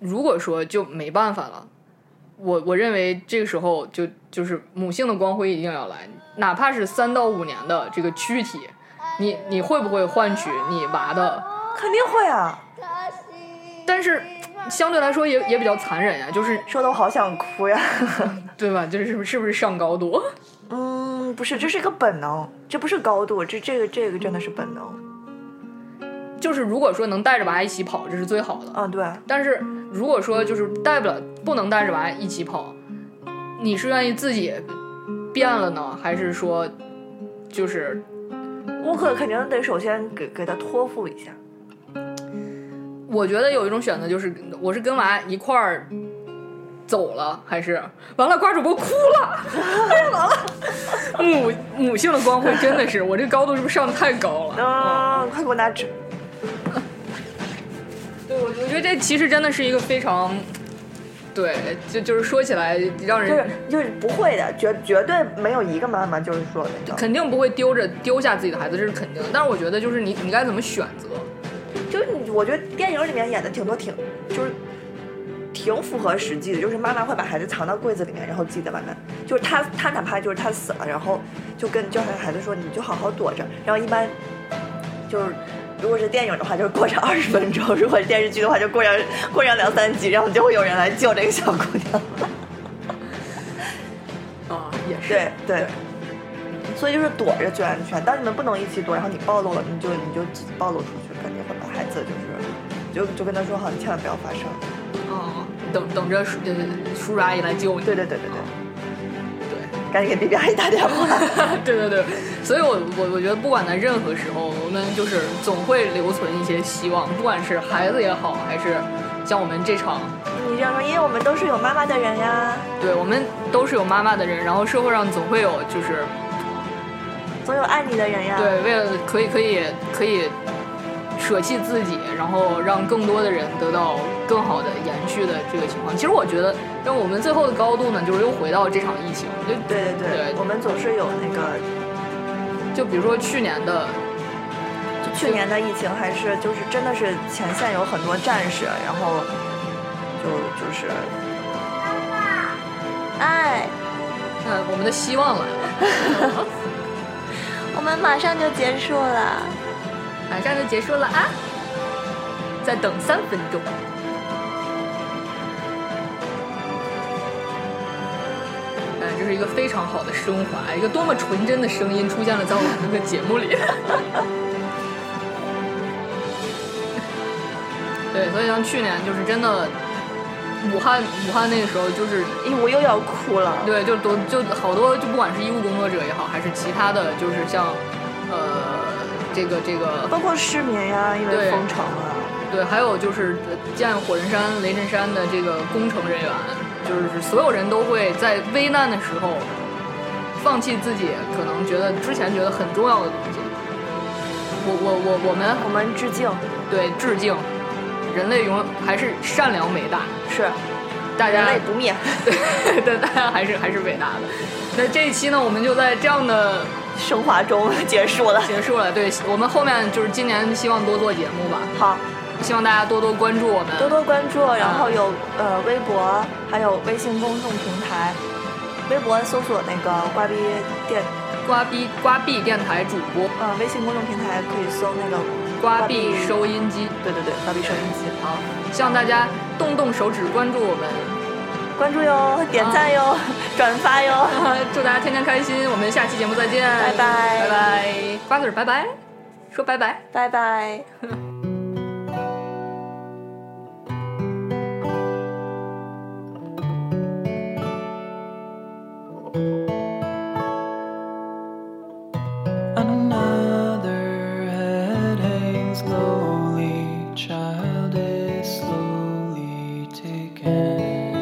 Speaker 2: 如果说就没办法了，我我认为这个时候就就是母性的光辉一定要来，哪怕是三到五年的这个躯体，你你会不会换取你娃的？
Speaker 1: 肯定会啊。
Speaker 2: 但是相对来说也也比较残忍呀、就是
Speaker 1: 说的我好想哭呀。
Speaker 2: 对吧？就是是不是是不是上高度？
Speaker 1: 嗯，不是，这是一个本能，这不是高度，这这个这个真的是本能。
Speaker 2: 就是如果说能带着娃一起跑，这是最好的。
Speaker 1: 嗯，对，
Speaker 2: 但是如果说就是带不了，不能带着娃一起跑，你是愿意自己变了呢，还是说就是
Speaker 1: 顾客肯定得首先给给他托付一下。
Speaker 2: 我觉得有一种选择就是我是跟娃一块儿走了，还是完了瓜主播哭了， 哎呀完了，母母性的光辉真的是我这高度是不是上的太高了？
Speaker 1: 嗯，快给我拿纸。
Speaker 2: 对，我我觉得这其实真的是一个非常。对，就就是说起来让
Speaker 1: 就是
Speaker 2: 人
Speaker 1: 就是不会的，绝绝对没有一个妈妈就是说那个。
Speaker 2: 肯定不会丢着丢下自己的孩子，这是肯定的。但是我觉得就是你你该怎么选择，
Speaker 1: 就是你我觉得电影里面演的挺多挺就是挺挺符合实际的，就是妈妈会把孩子藏到柜子里面，然后自己再慢慢，就是她她哪怕就是她死了，然后就跟就和孩子说你就好好躲着，然后一般就是。如果是电影的话，就是过上二十分钟；如果是电视剧的话，就过上过上两三集，然后就会有人来救这个小姑娘。
Speaker 2: 啊，也是
Speaker 1: 对对，所以就是躲着最安全。当你们不能一起躲，然后你暴露了，你就你就自己暴露出去，肯定会把孩子就是就就跟他说好，你千万不要发声。
Speaker 2: 哦，等等着叔呃叔叔阿姨来救你。
Speaker 1: 对对对对对。
Speaker 2: 对。
Speaker 1: 赶紧给 B B 阿姨打电话。
Speaker 2: 对对对，所以我我我觉得不管在任何时候，我们就是总会留存一些希望，不管是孩子也好，还是像我们这场，
Speaker 1: 你这样说，因为我们都是有妈妈的人呀，
Speaker 2: 对我们都是有妈妈的人，然后社会上总会有就是
Speaker 1: 总有爱你的人呀。
Speaker 2: 对，为了可以可以可以舍弃自己，然后让更多的人得到更好的延续的这个情况。其实我觉得，让我们最后的高度呢，就是又回到这场疫情，就
Speaker 1: 对对对
Speaker 2: 对
Speaker 1: 我们总是有那个，
Speaker 2: 就比如说去年的
Speaker 1: 就去年的疫情还是就是真的是前线有很多战士，然后就就是，哎，
Speaker 2: 嗯，我们的希望来了。
Speaker 1: 我们马上就结束了，
Speaker 2: 马上就结束了啊！再等三分钟。哎，这是一个非常好的升华，一个多么纯真的声音出现了在我们这个节目里。 对，所以像去年就是真的，武汉武汉那个时候就是
Speaker 1: 咦，我又要哭了。
Speaker 2: 对，就都就好多，就不管是医务工作者也好，还是其他的，就是像呃这个这个
Speaker 1: 包括市民呀，因为
Speaker 2: 对
Speaker 1: 封城啊了，
Speaker 2: 对，还有就是呃建火神山、雷神山的这个工程人员，就是所有人都会在危难的时候放弃自己可能觉得之前觉得很重要的东西。我我我我们
Speaker 1: 我们致敬，
Speaker 2: 对致敬，人类永还是善良伟大，
Speaker 1: 是
Speaker 2: 大家
Speaker 1: 人 类不灭。
Speaker 2: 对对，大家还是还是伟大的。那这一期呢，我们就在这样的
Speaker 1: 升华中 结束了。
Speaker 2: 结束了。对我们后面就是今年希望多做节目吧，
Speaker 1: 好，
Speaker 2: 希望大家多多关注我们。
Speaker 1: 多多关注，
Speaker 2: 嗯
Speaker 1: 然后有呃微博，还有微信公众平台。微博搜索那个瓜逼电，
Speaker 2: 瓜逼瓜币电台主播，
Speaker 1: 呃，微信公众平台可以搜那个
Speaker 2: 瓜币收音机。
Speaker 1: 对对对，瓜逼收音机，
Speaker 2: 好，希望大家动动手指关注我们，
Speaker 1: 关注哟，点赞哟，
Speaker 2: 嗯
Speaker 1: 转发哟，
Speaker 2: 祝大家天天开心。我们下期节目再见，
Speaker 1: 拜拜
Speaker 2: 拜拜，瓜子儿拜拜，说拜拜。
Speaker 1: 拜拜。
Speaker 4: And another head hangs lowly, child is slowly taken.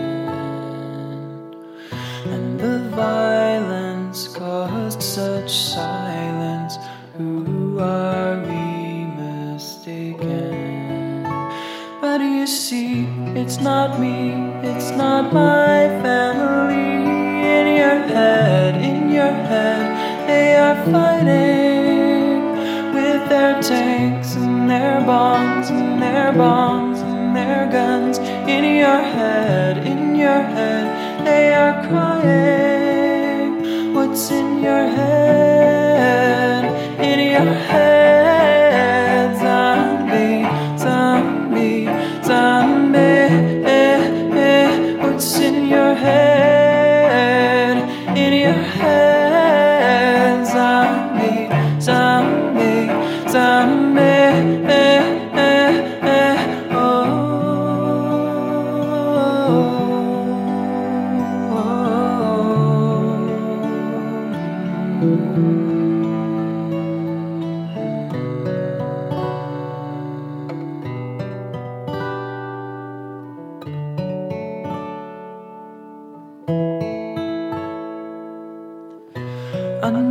Speaker 4: And the violence caused such silence. Who are we mistaken? But you see, it's not me, it's not my family. In your head, in your head, they are fighting with their tanks and their bombs and their bombs and their guns. In your head, in your head, they are crying. What's in your head? In your head, zombie, zombie, zombie. What's in your head? In your head, zombie, zombie, zombie. oh,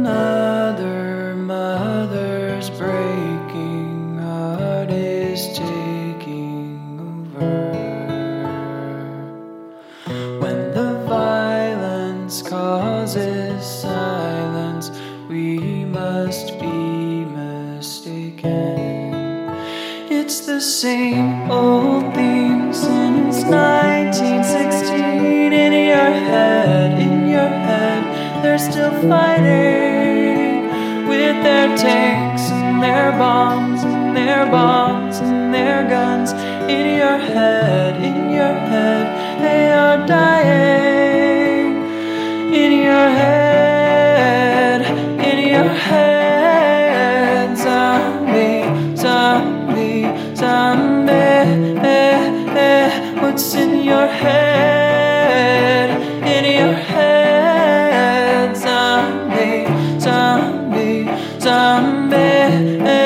Speaker 4: Another mother's breaking heart is taking over. When the violence causes silence, we must be mistaken. It's It's the same old theme since 1916. In your head, in your head, they're still fighting with their tanks and their bombs and their bombs and their guns. In your head, in your head, they are dying in your head, in your head, zombie, zombie, zombie. What's in your head? In your head, zombie, zombie, zombie.